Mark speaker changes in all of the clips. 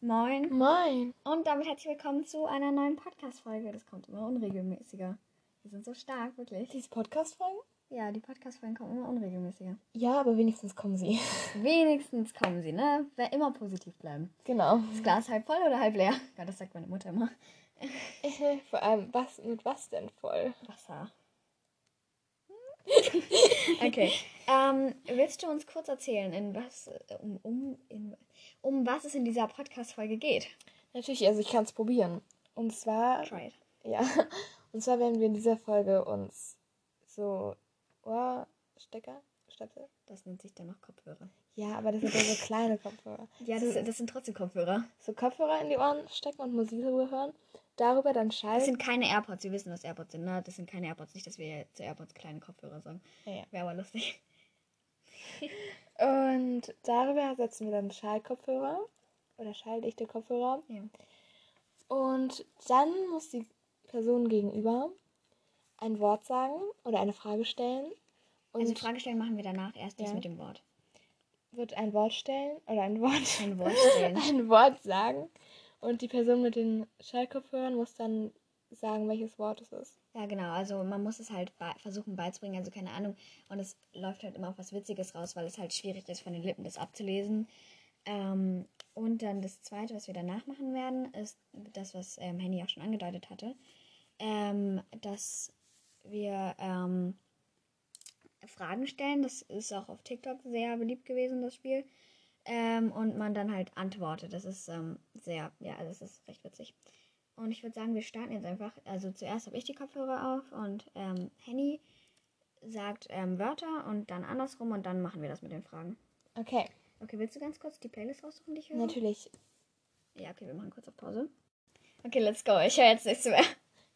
Speaker 1: Moin
Speaker 2: Moin.
Speaker 1: und damit herzlich willkommen zu einer neuen Podcast-Folge. Das kommt immer unregelmäßiger. Wir sind so stark, wirklich.
Speaker 2: Diese Podcast-Folge?
Speaker 1: Ja, die Podcast-Folgen kommen immer unregelmäßiger.
Speaker 2: Ja, aber wenigstens kommen sie.
Speaker 1: Wenigstens kommen sie, ne? Wer immer positiv bleiben.
Speaker 2: Genau.
Speaker 1: Das Glas halb voll oder halb leer? Ja, das sagt meine Mutter immer.
Speaker 2: Vor allem, was, mit was denn voll?
Speaker 1: Wasser. okay. Ähm, willst du uns kurz erzählen, in was, um, um, in, um was es in dieser Podcast-Folge geht?
Speaker 2: Natürlich, also ich kann es probieren. Und zwar,
Speaker 1: Try it.
Speaker 2: ja, und zwar werden wir in dieser Folge uns so Ohrstecker, Stöpsel?
Speaker 1: Das nennt sich dann noch Kopfhörer.
Speaker 2: Ja, aber das sind ja so kleine Kopfhörer.
Speaker 1: Ja, das, das sind trotzdem Kopfhörer.
Speaker 2: So Kopfhörer in die Ohren stecken und Musik darüber hören. Darüber dann
Speaker 1: Das
Speaker 2: scheißen.
Speaker 1: sind keine AirPods. Wir wissen, was AirPods sind, ne? Das sind keine AirPods. Nicht, dass wir zu AirPods kleine Kopfhörer sagen.
Speaker 2: Ja.
Speaker 1: Wäre aber lustig.
Speaker 2: Und darüber setzen wir dann Schallkopfhörer oder schalldichte Kopfhörer.
Speaker 1: Ja.
Speaker 2: Und dann muss die Person gegenüber ein Wort sagen oder eine Frage stellen und
Speaker 1: Also Frage stellen machen wir danach erst das
Speaker 2: Ja.
Speaker 1: mit dem Wort.
Speaker 2: wird ein Wort stellen oder ein Wort,
Speaker 1: Ein Wort stellen.
Speaker 2: ein Wort sagen. Und die Person mit den Schallkopfhörern muss dann sagen, welches Wort es ist.
Speaker 1: Ja, genau. Also man muss es halt bei versuchen beizubringen, also keine Ahnung. Und es läuft halt immer auf was Witziges raus, weil es halt schwierig ist, von den Lippen das abzulesen. Ähm, und dann das Zweite, was wir danach machen werden, ist das, was ähm, Henny auch schon angedeutet hatte, ähm, dass wir ähm, Fragen stellen. Das ist auch auf TikTok sehr beliebt gewesen, das Spiel. Ähm, und man dann halt antwortet. Das ist ähm, sehr, ja, also es ist recht witzig. Und ich würde sagen, wir starten jetzt einfach. Also zuerst habe ich die Kopfhörer auf und ähm, Henny sagt ähm, Wörter und dann andersrum und dann machen wir das mit den Fragen.
Speaker 2: Okay,
Speaker 1: Okay, willst du ganz kurz die Playlist raussuchen, die ich höre?
Speaker 2: natürlich.
Speaker 1: Ja, okay, wir machen kurz auf Pause. Okay, let's go. Ich höre jetzt nichts mehr.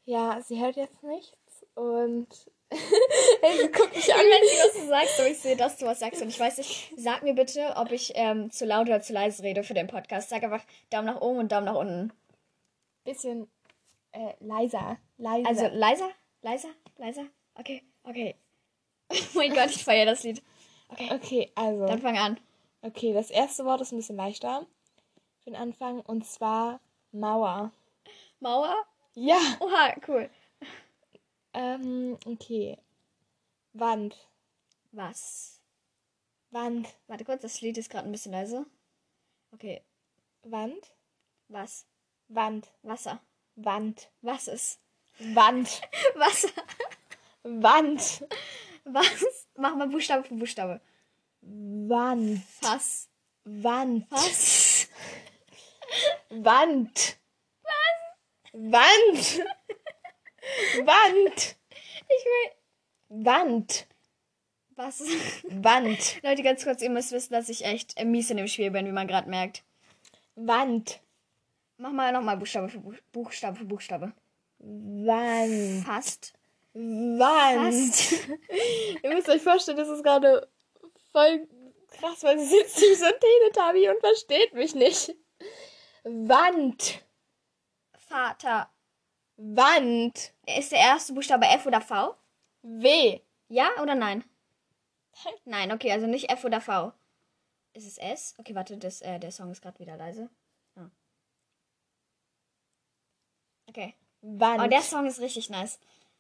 Speaker 2: Ja, sie hört jetzt nichts und hey, sie guckt mich
Speaker 1: Ich bin
Speaker 2: an.
Speaker 1: witzig, was du sagst, aber ich sehe, dass du was sagst. Und ich weiß nicht, sag mir bitte, ob ich ähm, zu laut oder zu leise rede für den Podcast. Sag einfach Daumen nach oben und Daumen nach unten.
Speaker 2: Bisschen äh, leiser, leiser.
Speaker 1: Also leiser, leiser, leiser. Okay, okay. Oh mein Gott, ich feiere das Lied. Okay,
Speaker 2: okay, also.
Speaker 1: dann fang an.
Speaker 2: Okay, das erste Wort ist ein bisschen leichter für den Anfang und zwar Mauer.
Speaker 1: Mauer?
Speaker 2: Ja.
Speaker 1: Oha, cool.
Speaker 2: Ähm, okay. Wand.
Speaker 1: Was?
Speaker 2: Wand.
Speaker 1: Warte kurz, das Lied ist gerade ein bisschen leise. Okay,
Speaker 2: Wand.
Speaker 1: was?
Speaker 2: Wand.
Speaker 1: Wasser.
Speaker 2: Wand.
Speaker 1: Was ist?
Speaker 2: Wand.
Speaker 1: Wasser.
Speaker 2: Wand.
Speaker 1: Was? Mach mal Buchstabe für Buchstabe.
Speaker 2: Wand.
Speaker 1: Fass.
Speaker 2: Wand.
Speaker 1: Fass.
Speaker 2: Wand. Wand. Wand.
Speaker 1: Ich will.
Speaker 2: Wand.
Speaker 1: Was?
Speaker 2: Wand.
Speaker 1: Leute, ganz kurz, ihr müsst wissen, dass ich echt äh, mies in dem Spiel bin, wie man gerade merkt.
Speaker 2: Wand.
Speaker 1: Mach mal nochmal Buchstabe für Buch Buchstabe für Buchstabe.
Speaker 2: Wand.
Speaker 1: Fast.
Speaker 2: Wand.
Speaker 1: Fast.
Speaker 2: Ihr müsst euch vorstellen, das ist gerade voll krass, weil sie sitzt wie so ein Teletubby und versteht mich nicht. Wand.
Speaker 1: Vater.
Speaker 2: Wand.
Speaker 1: Ist der erste Buchstabe F oder V?
Speaker 2: W.
Speaker 1: Ja oder nein? Nein, okay, also nicht F oder V. Ist es S? Okay, warte, das, äh, der Song ist gerade wieder leise. Ah. Okay.
Speaker 2: Wand.
Speaker 1: Oh, der Song ist richtig nice.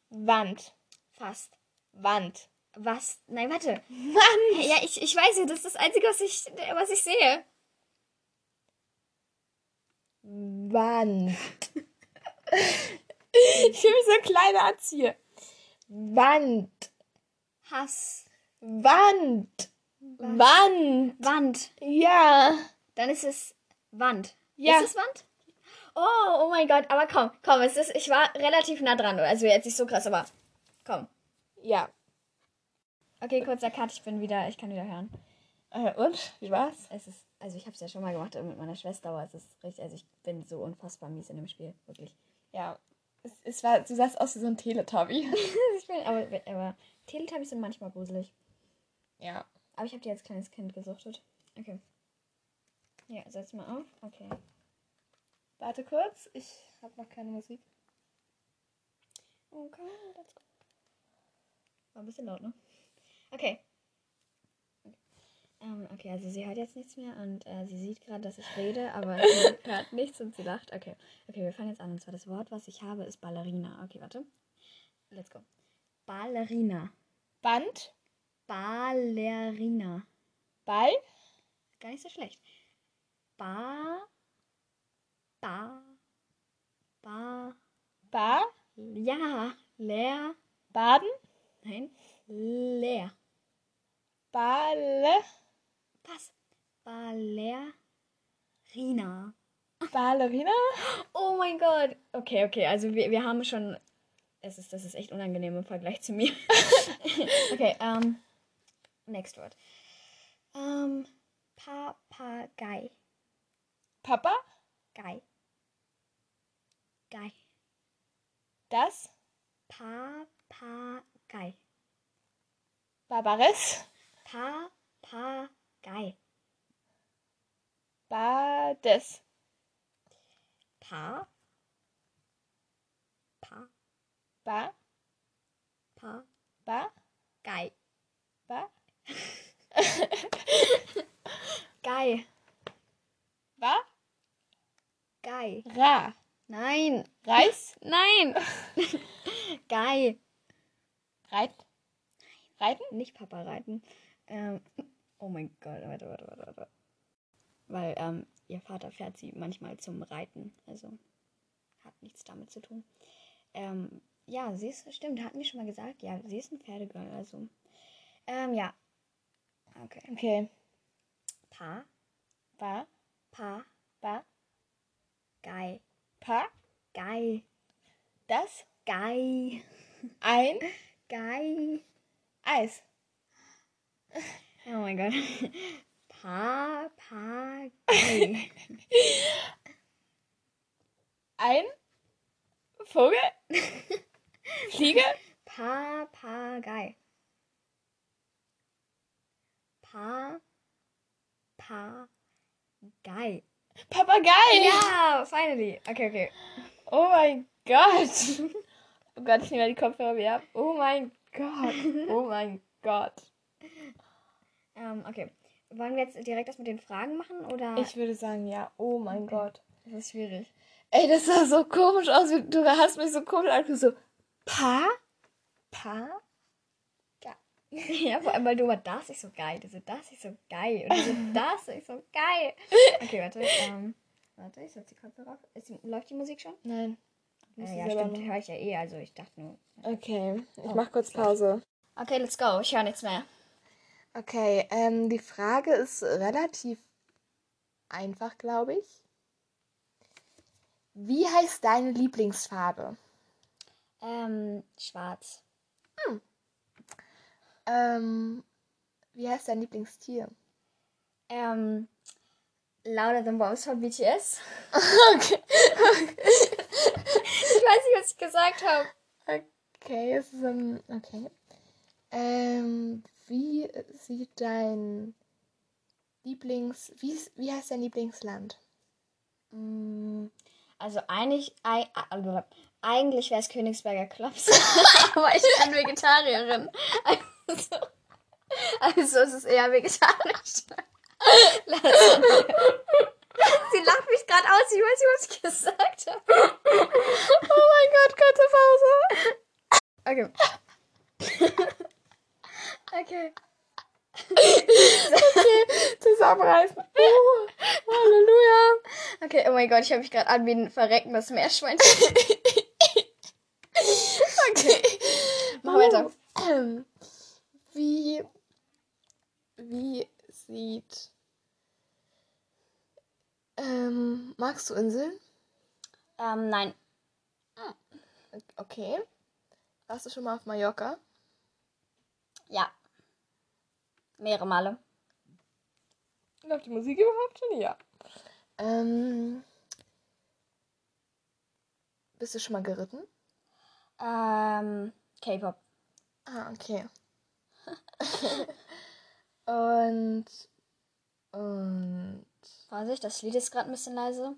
Speaker 2: Wand.
Speaker 1: Fast.
Speaker 2: Wand.
Speaker 1: Was? Nein, warte.
Speaker 2: Wand.
Speaker 1: Ja, ich, ich weiß ja, das ist das Einzige, was ich, was ich sehe.
Speaker 2: Wand. ich fühle mich so ein kleiner Erzieher. Wand.
Speaker 1: Hass.
Speaker 2: Wand. Wand.
Speaker 1: Wand.
Speaker 2: Ja.
Speaker 1: Dann ist es Wand.
Speaker 2: Ja.
Speaker 1: Ist es Wand? Oh, oh mein Gott, aber komm, komm, es ist, ich war relativ nah dran. Also jetzt nicht so krass, aber komm.
Speaker 2: Ja.
Speaker 1: Okay, kurzer Cut, ich bin wieder, ich kann wieder hören.
Speaker 2: Äh, Und? Wie war's?
Speaker 1: Es ist, also ich habe es ja schon mal gemacht äh, mit meiner Schwester, aber es ist richtig, also ich bin so unfassbar mies in dem Spiel, wirklich.
Speaker 2: Ja. Es, es war, du sahst aus wie so ein Teletubby.
Speaker 1: ich bin, aber, aber Teletubbies sind manchmal gruselig.
Speaker 2: Ja.
Speaker 1: Aber ich habe die als kleines Kind gesuchtet. Okay. Ja, setz mal auf. Okay.
Speaker 2: Warte kurz, ich habe noch keine Musik.
Speaker 1: Okay, let's go. War ein bisschen laut, ne? Okay. Ähm, okay, also sie hört jetzt nichts mehr und äh, sie sieht gerade, dass ich rede, aber sie hört nichts und sie lacht. Okay, okay, wir fangen jetzt an. Und zwar das Wort, was ich habe, ist Ballerina. Okay, warte. Let's go. Ballerina.
Speaker 2: Band,
Speaker 1: Ballerina.
Speaker 2: Ball,
Speaker 1: Gar nicht so schlecht. Ba. Ba. Ba.
Speaker 2: Bar,
Speaker 1: Ja. Leer.
Speaker 2: Baden,
Speaker 1: Nein. Leer.
Speaker 2: Balle,
Speaker 1: Pass. Ballerina.
Speaker 2: Ballerina.
Speaker 1: Oh mein Gott. Okay, okay, also wir, wir haben schon. Es ist, das ist echt unangenehm im Vergleich zu mir. okay, ähm. Next word. Ähm. Papagei.
Speaker 2: Papa,
Speaker 1: Gei. Gei.
Speaker 2: das,
Speaker 1: Papagei.
Speaker 2: Barbares,
Speaker 1: Papagei.
Speaker 2: Bades,
Speaker 1: Pa. Pa.
Speaker 2: Ba,
Speaker 1: Pa.
Speaker 2: Ba,
Speaker 1: Gei.
Speaker 2: Ba,
Speaker 1: Gei.
Speaker 2: Ba,
Speaker 1: Gei.
Speaker 2: Ra,
Speaker 1: Nein.
Speaker 2: Reis,
Speaker 1: Nein. Gei.
Speaker 2: Reit, Reiten,
Speaker 1: nicht Papa reiten. Ähm, oh mein Gott, warte, warte, warte, warte. Weil ähm, ihr Vater fährt sie manchmal zum Reiten. Also hat nichts damit zu tun. Ähm, ja, sie ist, stimmt, hat mir schon mal gesagt, ja, sie ist ein Pferdegirl, also. Ähm, ja. Okay.
Speaker 2: Okay,
Speaker 1: Pa,
Speaker 2: Ba,
Speaker 1: pa,
Speaker 2: Ba,
Speaker 1: gei,
Speaker 2: Pa,
Speaker 1: gei,
Speaker 2: das,
Speaker 1: gei,
Speaker 2: ein,
Speaker 1: gei.
Speaker 2: Eis,
Speaker 1: Oh mein Gott. Pa, pa, gei.
Speaker 2: ein, Vogel, Fliege,
Speaker 1: Papagei. Pa, pa, gei.
Speaker 2: Papagei.
Speaker 1: Ja, finally. Okay, okay.
Speaker 2: Oh mein Gott. Oh Gott, ich nehme mal die Kopfhörer wieder ab. Oh mein Gott. Oh mein Gott.
Speaker 1: Ähm, okay. Wollen wir jetzt direkt das mit den Fragen machen oder?
Speaker 2: Ich würde sagen, ja. Oh mein
Speaker 1: Okay.
Speaker 2: Gott.
Speaker 1: das ist schwierig.
Speaker 2: Ey, das sah so komisch aus. wie- Du hast mich so komisch angeguckt. So, pa? Pa?
Speaker 1: ja, vor allem, weil du immer das ist so geil, diese das ist so geil und diese das ist so geil. Okay, warte. Ähm, warte, ich setze die Kopfhörer auf. Ist, die- läuft die Musik schon?
Speaker 2: Nein. Du musst
Speaker 1: Äh,
Speaker 2: es
Speaker 1: ja,
Speaker 2: selber
Speaker 1: stimmt, höre ich ja eh, also ich dachte nur.
Speaker 2: machen. Okay, ich
Speaker 1: Oh,
Speaker 2: mach kurz Pause.
Speaker 1: Okay, let's go. Ich höre nichts mehr.
Speaker 2: Okay, ähm, die Frage ist relativ einfach, glaube ich. Wie heißt deine Lieblingsfarbe?
Speaker 1: Ähm, schwarz.
Speaker 2: Ähm, wie heißt dein Lieblingstier?
Speaker 1: Ähm, Louder Than Bombs von BTS.
Speaker 2: Okay.
Speaker 1: Ich weiß nicht, was ich gesagt habe.
Speaker 2: Okay, es ist ein. Okay. Ähm, wie sieht dein Lieblings. Wie, s- wie heißt dein Lieblingsland?
Speaker 1: Mm, Also eigentlich, ei- äh, eigentlich wäre es Königsberger Klops, aber ich bin Vegetarierin. Also, also ist es eher vegetarisch. Lass mal. Sie lacht mich gerade aus, ich weiß nicht, was ich gesagt habe.
Speaker 2: Oh mein Gott, kurze Pause!
Speaker 1: Okay. Okay.
Speaker 2: Zusammenreißen. Oh, Halleluja!
Speaker 1: Okay, oh mein Gott, ich habe mich gerade an wie ein verreckendes Meerschwein.
Speaker 2: Okay.
Speaker 1: Mach weiter.
Speaker 2: Ähm, Uh, Wie. Wie sieht. Ähm, magst du Inseln?
Speaker 1: Ähm, nein.
Speaker 2: Okay. Warst du schon mal auf Mallorca?
Speaker 1: Ja. Mehrere Male.
Speaker 2: Läuft die Musik überhaupt schon? Ja. Ähm, bist du schon mal geritten?
Speaker 1: Ähm, K-Pop.
Speaker 2: Ah, okay. und. Und.
Speaker 1: Vorsicht, das Lied ist gerade ein bisschen leise.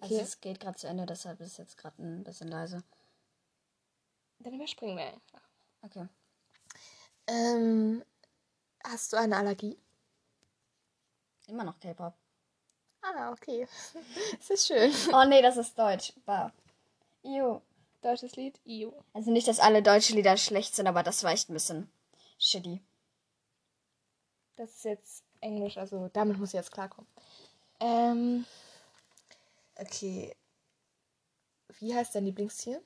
Speaker 1: Also
Speaker 2: Okay.
Speaker 1: es geht gerade zu Ende, deshalb ist es jetzt gerade ein bisschen leise.
Speaker 2: Dann überspringen wir einfach.
Speaker 1: Okay.
Speaker 2: Ähm, hast du eine Allergie?
Speaker 1: Immer noch K-Pop.
Speaker 2: Ah, okay. Es ist schön.
Speaker 1: Oh nee, das ist Deutsch. Wow. Ew.
Speaker 2: Deutsches Lied. Iu.
Speaker 1: Also nicht, dass alle deutsche Lieder schlecht sind, aber das war echt ein bisschen shitty.
Speaker 2: Das ist jetzt Englisch, also damit muss ich jetzt klarkommen. Ähm, okay. Wie heißt dein Lieblingstier?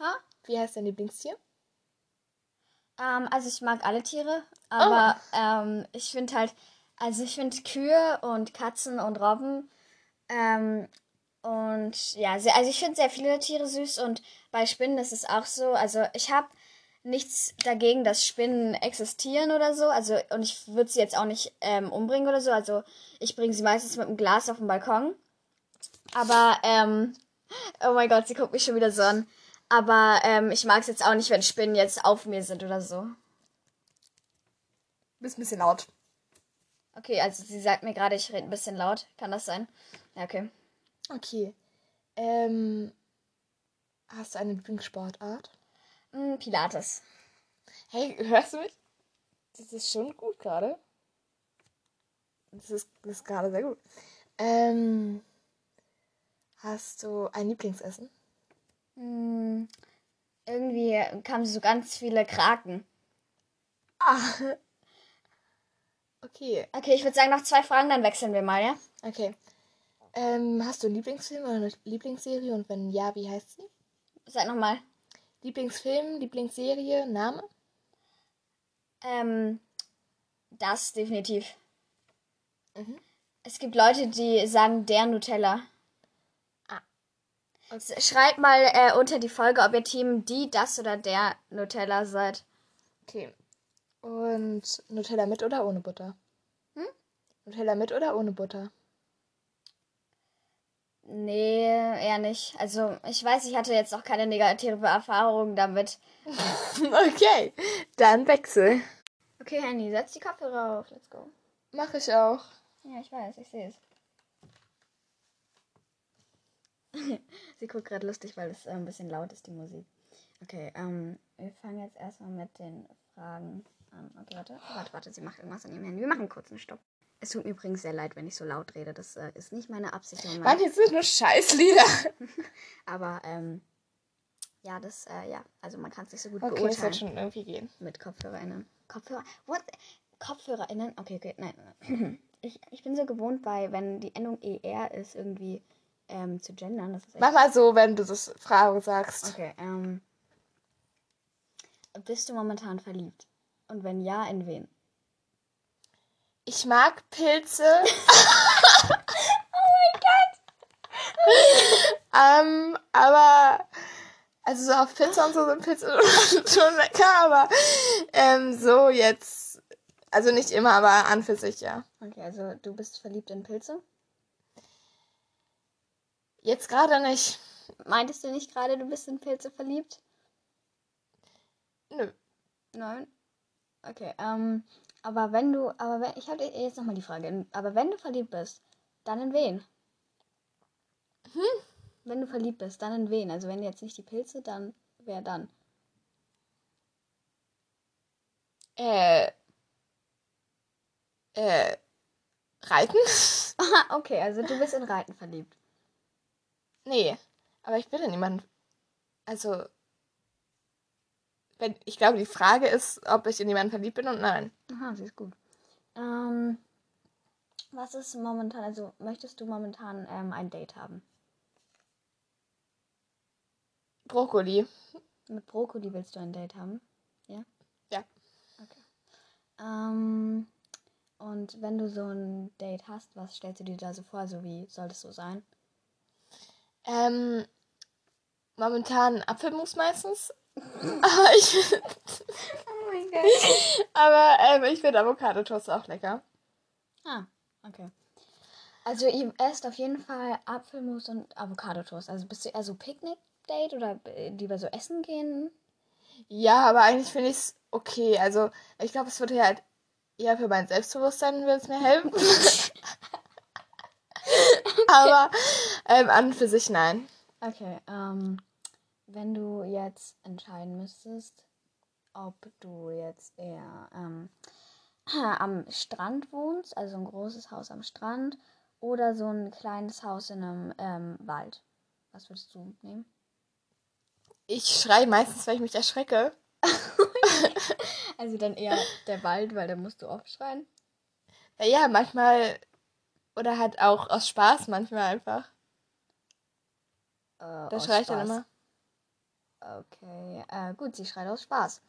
Speaker 1: Ha?
Speaker 2: Wie heißt dein Lieblingstier?
Speaker 1: Ähm, also ich mag alle Tiere, aber ähm, ich finde halt, also ich finde Kühe und Katzen und Robben ähm, und ja, sehr, also ich finde sehr viele Tiere süß und bei Spinnen ist es auch so. Also ich habe nichts dagegen, dass Spinnen existieren oder so. Also und ich würde sie jetzt auch nicht ähm, umbringen oder so. Also ich bringe sie meistens mit einem Glas auf den Balkon. Aber ähm, oh mein Gott, sie guckt mich schon wieder so an. Aber ähm, ich mag es jetzt auch nicht, wenn Spinnen jetzt auf mir sind oder so.
Speaker 2: Bist ein bisschen laut.
Speaker 1: Okay, also sie sagt mir gerade, ich rede ein bisschen laut. Kann das sein? Ja, okay.
Speaker 2: Okay. Ähm, hast du eine Lieblingssportart?
Speaker 1: Mm, Pilates.
Speaker 2: Hey, hörst du mich? Das ist schon gut gerade. Das ist, das ist gerade sehr gut. Ähm, hast du ein Lieblingsessen?
Speaker 1: Mm, irgendwie kamen so ganz viele Kraken.
Speaker 2: Ah. Okay,
Speaker 1: Okay, ich würde sagen, noch zwei Fragen, dann wechseln wir mal, ja?
Speaker 2: okay. Ähm, hast du einen Lieblingsfilm oder eine Lieblingsserie? Und wenn ja, wie heißt sie?
Speaker 1: Sag nochmal.
Speaker 2: Lieblingsfilm, Lieblingsserie, Name?
Speaker 1: Ähm, das definitiv.
Speaker 2: Mhm.
Speaker 1: Es gibt Leute, die sagen der Nutella.
Speaker 2: Ah.
Speaker 1: S- Schreibt mal äh, unter die Folge, ob ihr Team die, das oder der Nutella seid.
Speaker 2: Okay. Und Nutella mit oder ohne Butter?
Speaker 1: Hm?
Speaker 2: Nutella mit oder ohne Butter?
Speaker 1: Nee, eher nicht. Also, ich weiß, ich hatte jetzt noch keine negative Erfahrung damit.
Speaker 2: okay, dann wechsel.
Speaker 1: Okay, Handy, setz die Kopfhörer auf. Let's go.
Speaker 2: Mache ich auch.
Speaker 1: Ja, ich weiß, ich sehe es. Sie guckt gerade lustig, weil es äh, ein bisschen laut ist, die Musik. Okay, ähm, wir fangen jetzt erstmal mit den Fragen an. Okay, warte, warte, warte, sie macht irgendwas an ihrem Handy. Wir machen kurz einen Stopp. Es tut mir übrigens sehr leid, wenn ich so laut rede. Das äh, ist nicht meine Absicht. aber Mein,
Speaker 2: Manche sind nur Scheißlieder.
Speaker 1: aber, ähm, ja, das, äh, ja, also man kann es nicht so gut
Speaker 2: Okay, es
Speaker 1: beurteilen.
Speaker 2: wird schon irgendwie gehen.
Speaker 1: Mit KopfhörerInnen. Kopfhörer. What? KopfhörerInnen? Okay, okay, nein. nein. Ich, ich bin so gewohnt bei, wenn die Endung ER ist, irgendwie ähm, zu gendern. Das ist echt.
Speaker 2: Mach mal so, wenn du das Frage sagst.
Speaker 1: Okay, ähm. Bist du momentan verliebt? Und wenn ja, in wen?
Speaker 2: Ich mag Pilze. oh mein Gott. ähm, aber also so auf Pizza und so sind Pilze schon lecker, aber ähm, so jetzt, also nicht immer, aber an für sich ja.
Speaker 1: Okay, also du bist verliebt in Pilze?
Speaker 2: Jetzt gerade nicht.
Speaker 1: Meintest du nicht gerade, du bist in Pilze verliebt?
Speaker 2: Nö.
Speaker 1: Nein. Okay, ähm. Aber wenn du. Aber wenn, ich habe jetzt nochmal die Frage. Aber wenn du verliebt bist, dann in wen? Hm? Wenn du verliebt bist, dann in wen? Also wenn jetzt nicht die Pilze, dann wer dann?
Speaker 2: Äh. Äh. Reiten?
Speaker 1: Aha, okay, also du bist in Reiten verliebt.
Speaker 2: nee. Aber ich bin ja niemand. Also. Wenn, ich glaube, die Frage ist, ob ich in jemanden verliebt bin und nein.
Speaker 1: Aha, sie ist gut. Ähm. Was ist momentan, also möchtest du momentan ähm, ein Date haben?
Speaker 2: Brokkoli.
Speaker 1: Mit Brokkoli willst du ein Date haben? Ja?
Speaker 2: Ja.
Speaker 1: Okay. Ähm, und wenn du so ein Date hast, was stellst du dir da so vor? So wie soll das so sein?
Speaker 2: Ähm, momentan Apfelmus meistens. aber ich,
Speaker 1: Oh mein Gott.
Speaker 2: aber ähm, ich finde Avocado-Toast auch lecker.
Speaker 1: Ah, okay. Also ihr esst auf jeden Fall Apfelmus und Avocadotoast. Also bist du eher so Picknick-Date oder äh, lieber so essen gehen?
Speaker 2: Ja, aber eigentlich finde ich es okay. Also, ich glaube, es würde halt eher für mein Selbstbewusstsein würde es mir helfen. aber ähm, an und für sich nein.
Speaker 1: Okay, ähm, wenn du jetzt entscheiden müsstest, ob du jetzt eher ähm, am Strand wohnst, also ein großes Haus am Strand oder so ein kleines Haus in einem ähm, Wald. Was würdest du nehmen?
Speaker 2: Ich schreie meistens, weil ich mich erschrecke.
Speaker 1: Also dann eher der Wald, weil da musst du oft schreien.
Speaker 2: Naja, Äh, manchmal. Oder halt auch aus Spaß manchmal einfach.
Speaker 1: Äh,
Speaker 2: Da
Speaker 1: aus
Speaker 2: schreie ich dann
Speaker 1: Spaß.
Speaker 2: immer.
Speaker 1: Okay, äh, gut, sie schreit aus Spaß.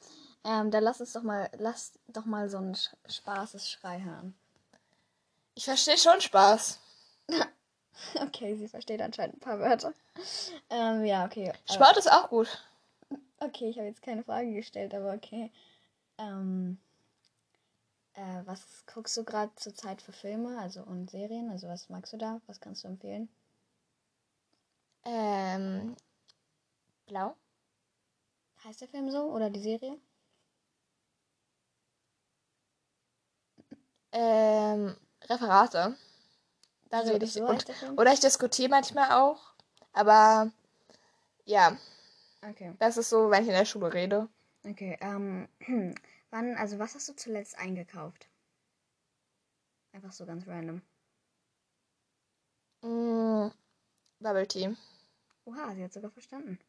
Speaker 1: Ähm, dann lass uns doch mal, lass doch mal so einen Sch Spaßesschrei hören.
Speaker 2: Ich verstehe schon Spaß.
Speaker 1: Okay, sie versteht anscheinend ein paar Wörter. Ähm, ja, okay. äh,
Speaker 2: Sport ist auch gut.
Speaker 1: Okay, ich habe jetzt keine Frage gestellt, aber okay. Ähm, äh, was guckst du gerade zurzeit für Filme, also und Serien? Also was magst du da? Was kannst du empfehlen?
Speaker 2: Ähm. Blau?
Speaker 1: Heißt der Film so oder die Serie?
Speaker 2: Ähm. Referate. Da
Speaker 1: so,
Speaker 2: rede ich.
Speaker 1: so
Speaker 2: Also, Und,
Speaker 1: heißt der Film?
Speaker 2: oder ich diskutiere manchmal auch. Aber ja,
Speaker 1: Okay,
Speaker 2: das ist so, wenn ich in der Schule rede.
Speaker 1: okay. Ähm, wann, also was hast du zuletzt eingekauft? Einfach so ganz random.
Speaker 2: Mm, Bubble Tea.
Speaker 1: Oha, sie hat sogar verstanden.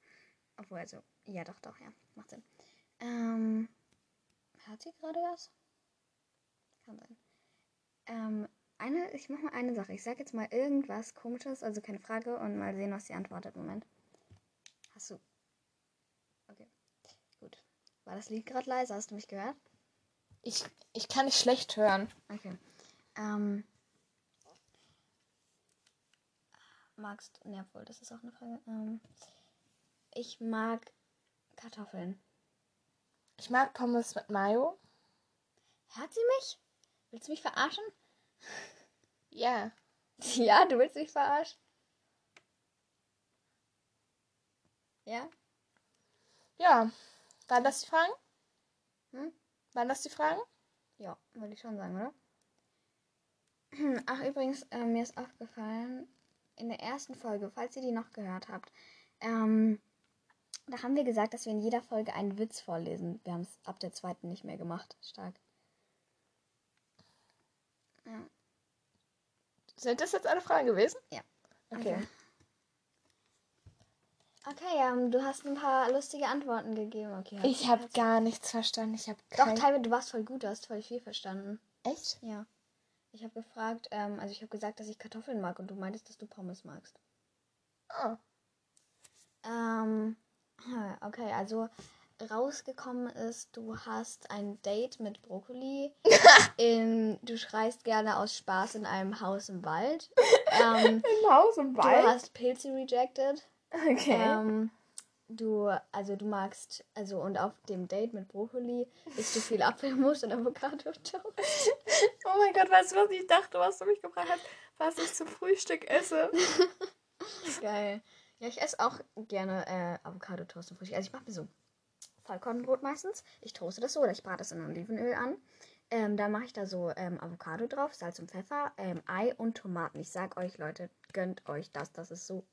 Speaker 1: Obwohl, also, ja, doch, doch, ja, macht Sinn. Ähm, hat sie gerade was? Kann sein. Ähm, eine, ich mach mal eine Sache. Ich sag jetzt mal irgendwas Komisches, also keine Frage, und mal sehen, was sie antwortet. Moment. Hast du. Okay, gut. War das Lied gerade leise? Hast du mich gehört?
Speaker 2: Ich, ich kann nicht schlecht hören.
Speaker 1: Okay. Ähm. Magst. Ne, obwohl, das ist auch eine Frage. Ähm, ich mag Kartoffeln.
Speaker 2: Ich mag Pommes mit Mayo.
Speaker 1: Hört sie mich? Willst du mich verarschen?
Speaker 2: Ja.
Speaker 1: Ja, du willst mich verarschen. Ja?
Speaker 2: Ja. Waren das die Fragen?
Speaker 1: Hm?
Speaker 2: Waren das die Fragen?
Speaker 1: Ja, würde ich schon sagen, oder? Ach, übrigens, äh, mir ist aufgefallen, in der ersten Folge, falls ihr die noch gehört habt, ähm, da haben wir gesagt, dass wir in jeder Folge einen Witz vorlesen. Wir haben es ab der zweiten nicht mehr gemacht. Stark.
Speaker 2: Sind das jetzt alle Fragen gewesen?
Speaker 1: Ja.
Speaker 2: Okay.
Speaker 1: Okay. Okay, ähm, du hast ein paar lustige Antworten gegeben. Okay, hat-
Speaker 2: Ich habe gar nichts verstanden. Ich habe
Speaker 1: Doch,
Speaker 2: kein...
Speaker 1: teilweise, du warst voll gut, du hast voll viel verstanden.
Speaker 2: Echt?
Speaker 1: Ja. Ich habe gefragt, ähm, also ich habe gesagt, dass ich Kartoffeln mag und du meintest, dass du Pommes magst.
Speaker 2: Oh.
Speaker 1: Ähm, okay, also rausgekommen ist, du hast ein Date mit Brokkoli. in, du schreist gerne aus Spaß in einem Haus im Wald. Ähm,
Speaker 2: Im Haus im
Speaker 1: du hast Pilze rejected.
Speaker 2: Okay.
Speaker 1: Ähm, du, also du magst, also und auf dem Date mit Brokkoli isst du viel Apfelmus und Avocado-Toast.
Speaker 2: Oh mein Gott, weißt du, was ich dachte, was du mich gefragt hast? Was ich zum Frühstück esse?
Speaker 1: Geil. Ja, ich esse auch gerne äh, Avocado-Toast und Frühstück. Also ich mache mir so Vollkornbrot meistens. Ich toaste das so oder ich brate es in Olivenöl an. Ähm, da mache ich da so ähm, Avocado drauf, Salz und Pfeffer, ähm, Ei und Tomaten. Ich sag euch, Leute, gönnt euch das. Das ist so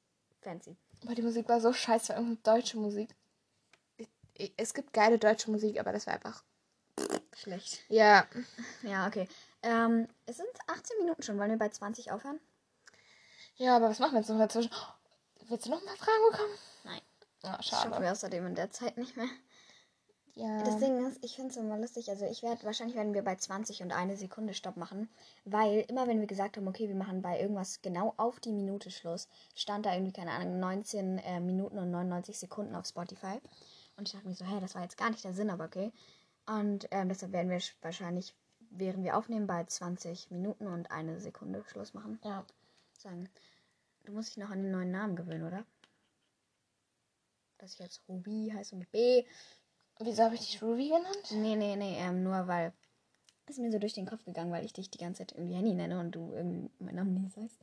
Speaker 1: fancy.
Speaker 2: Aber die Musik war so scheiße, war irgendeine deutsche Musik. Ich, ich, es gibt geile deutsche Musik, aber das war einfach.
Speaker 1: Schlecht.
Speaker 2: Ja.
Speaker 1: Ja, okay. Ähm, es sind 18 Minuten schon. Wollen wir bei 20 aufhören?
Speaker 2: Ja, aber was machen wir jetzt noch dazwischen? Oh, willst du noch ein paar Fragen bekommen?
Speaker 1: Nein.
Speaker 2: Ah,
Speaker 1: Das schaffen
Speaker 2: schade.
Speaker 1: wir außerdem in der Zeit nicht mehr.
Speaker 2: Ja.
Speaker 1: Das Ding ist, ich finde es immer lustig. Also ich werde wahrscheinlich werden wir bei 20 und eine Sekunde Stopp machen, weil immer wenn wir gesagt haben, okay, wir machen bei irgendwas genau auf die Minute Schluss, stand da irgendwie keine Ahnung 19 äh, Minuten und 99 Sekunden auf Spotify. Und ich dachte mir so, hey, das war jetzt gar nicht der Sinn, aber okay. Und ähm, deshalb werden wir sch- wahrscheinlich, während wir aufnehmen, bei 20 Minuten und eine Sekunde Schluss machen.
Speaker 2: ja.
Speaker 1: Sagen, du musst dich noch an den neuen Namen gewöhnen, oder? Dass ich jetzt Ruby heiße mit B.
Speaker 2: Wieso habe ich dich Ruby genannt?
Speaker 1: Nee, nee, nee, ähm, nur weil es mir so durch den Kopf gegangen, weil ich dich die ganze Zeit irgendwie Henny nenne und du irgendwie meinen Namen nie sagst.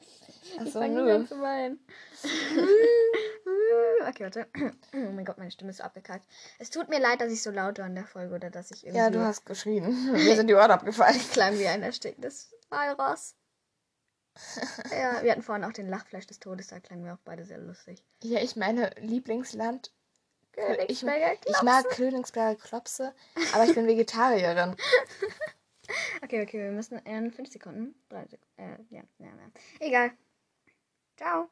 Speaker 2: Ach
Speaker 1: Ich
Speaker 2: so,
Speaker 1: fang
Speaker 2: nö.
Speaker 1: an zu weinen. okay, warte. Oh mein Gott, meine Stimme ist so abgekackt. Es tut mir leid, dass ich so laut war in der Folge oder dass ich irgendwie
Speaker 2: Ja, du hast geschrien. Mir sind die Ohren abgefallen.
Speaker 1: klang wie ein erstickendes Walross. ja, wir hatten vorhin auch den Lachfleisch des Todes, da klangen wir auch beide sehr lustig.
Speaker 2: Ja, ich meine, Lieblingsland. Ich,
Speaker 1: Königsberger
Speaker 2: ich mag Königsberger Klopse, aber ich bin Vegetarierin.
Speaker 1: Okay, ähm, okay, wir müssen in 5 Sekunden. 3 Sekunden. Äh, ja, ja, ja. Egal. Ciao.